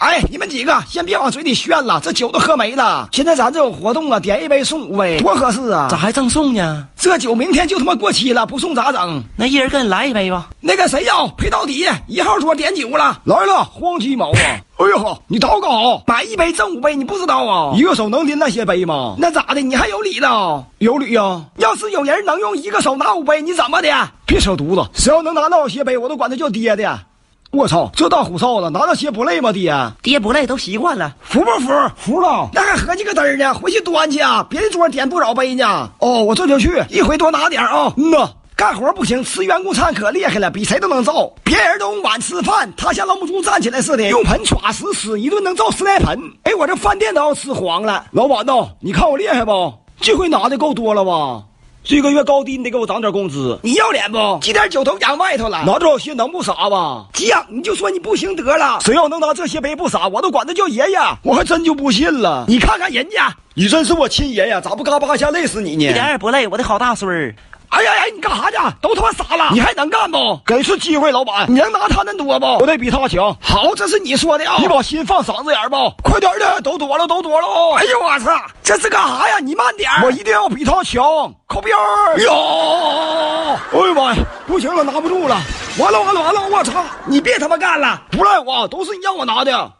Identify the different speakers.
Speaker 1: 来，哎你们几个先别往嘴里炫了，这酒都喝没了。现在咱这有活动啊，点一杯送五杯，多合适啊！
Speaker 2: 咋还赠送呢？
Speaker 1: 这酒明天就他妈过期了，不送咋整？
Speaker 2: 那一人给你来一杯吧。
Speaker 1: 那个谁要陪到底，一号桌点酒了，来了，黄鸡毛啊！哎呦，你倒个好，买一杯赠五杯，你不知道啊？一个手能拎那些杯吗？那咋的？你还有理了？有理呀、要是有人能用一个手拿五杯，你怎么的？别扯犊子，谁要能拿到些杯，我都管他叫爹的。我操，这大虎哨子拿到些不累吗？爹，
Speaker 2: 爹不累，都习惯了。
Speaker 1: 服不服？服了，那还合计个嘚儿呢？回去端去啊！别的桌点不少杯呢。哦，我这就去，一回多拿点啊。嗯呐，干活不行，吃员工餐可厉害了，比谁都能造。别人都用碗吃饭，他像老母猪站起来似的，用盆歘实吃，一顿能造十来盆。哎，我这饭店都要吃黄了。老板呐，你看我厉害不？这回拿的够多了吧？这个月高低你得给我涨点工资。你要脸不？挤点酒头养外头了，拿这些能不傻吧？急眼你就说你不行得了。谁要能拿这些杯不傻，我都管他叫爷爷，我还真就不信了。你看看人家，你真是我亲爷爷，咋不嘎巴下累死你呢？
Speaker 2: 一点也不累，我的好大孙儿。
Speaker 1: 哎呀呀！你干啥去？都他妈傻了！你还能干不？给次机会，老板，你能拿他那多不？我得比他强。好，这是你说的啊！你把心放嗓子眼儿吧，快点儿的，都躲了，都躲了啊！哎呦我操！这是干啥呀？你慢点儿我一定要比他强！靠边儿！哟！哎呀妈呀！不行了，拿不住了！完了完了完了！我操！你别他妈干了！不赖我，都是你让我拿的。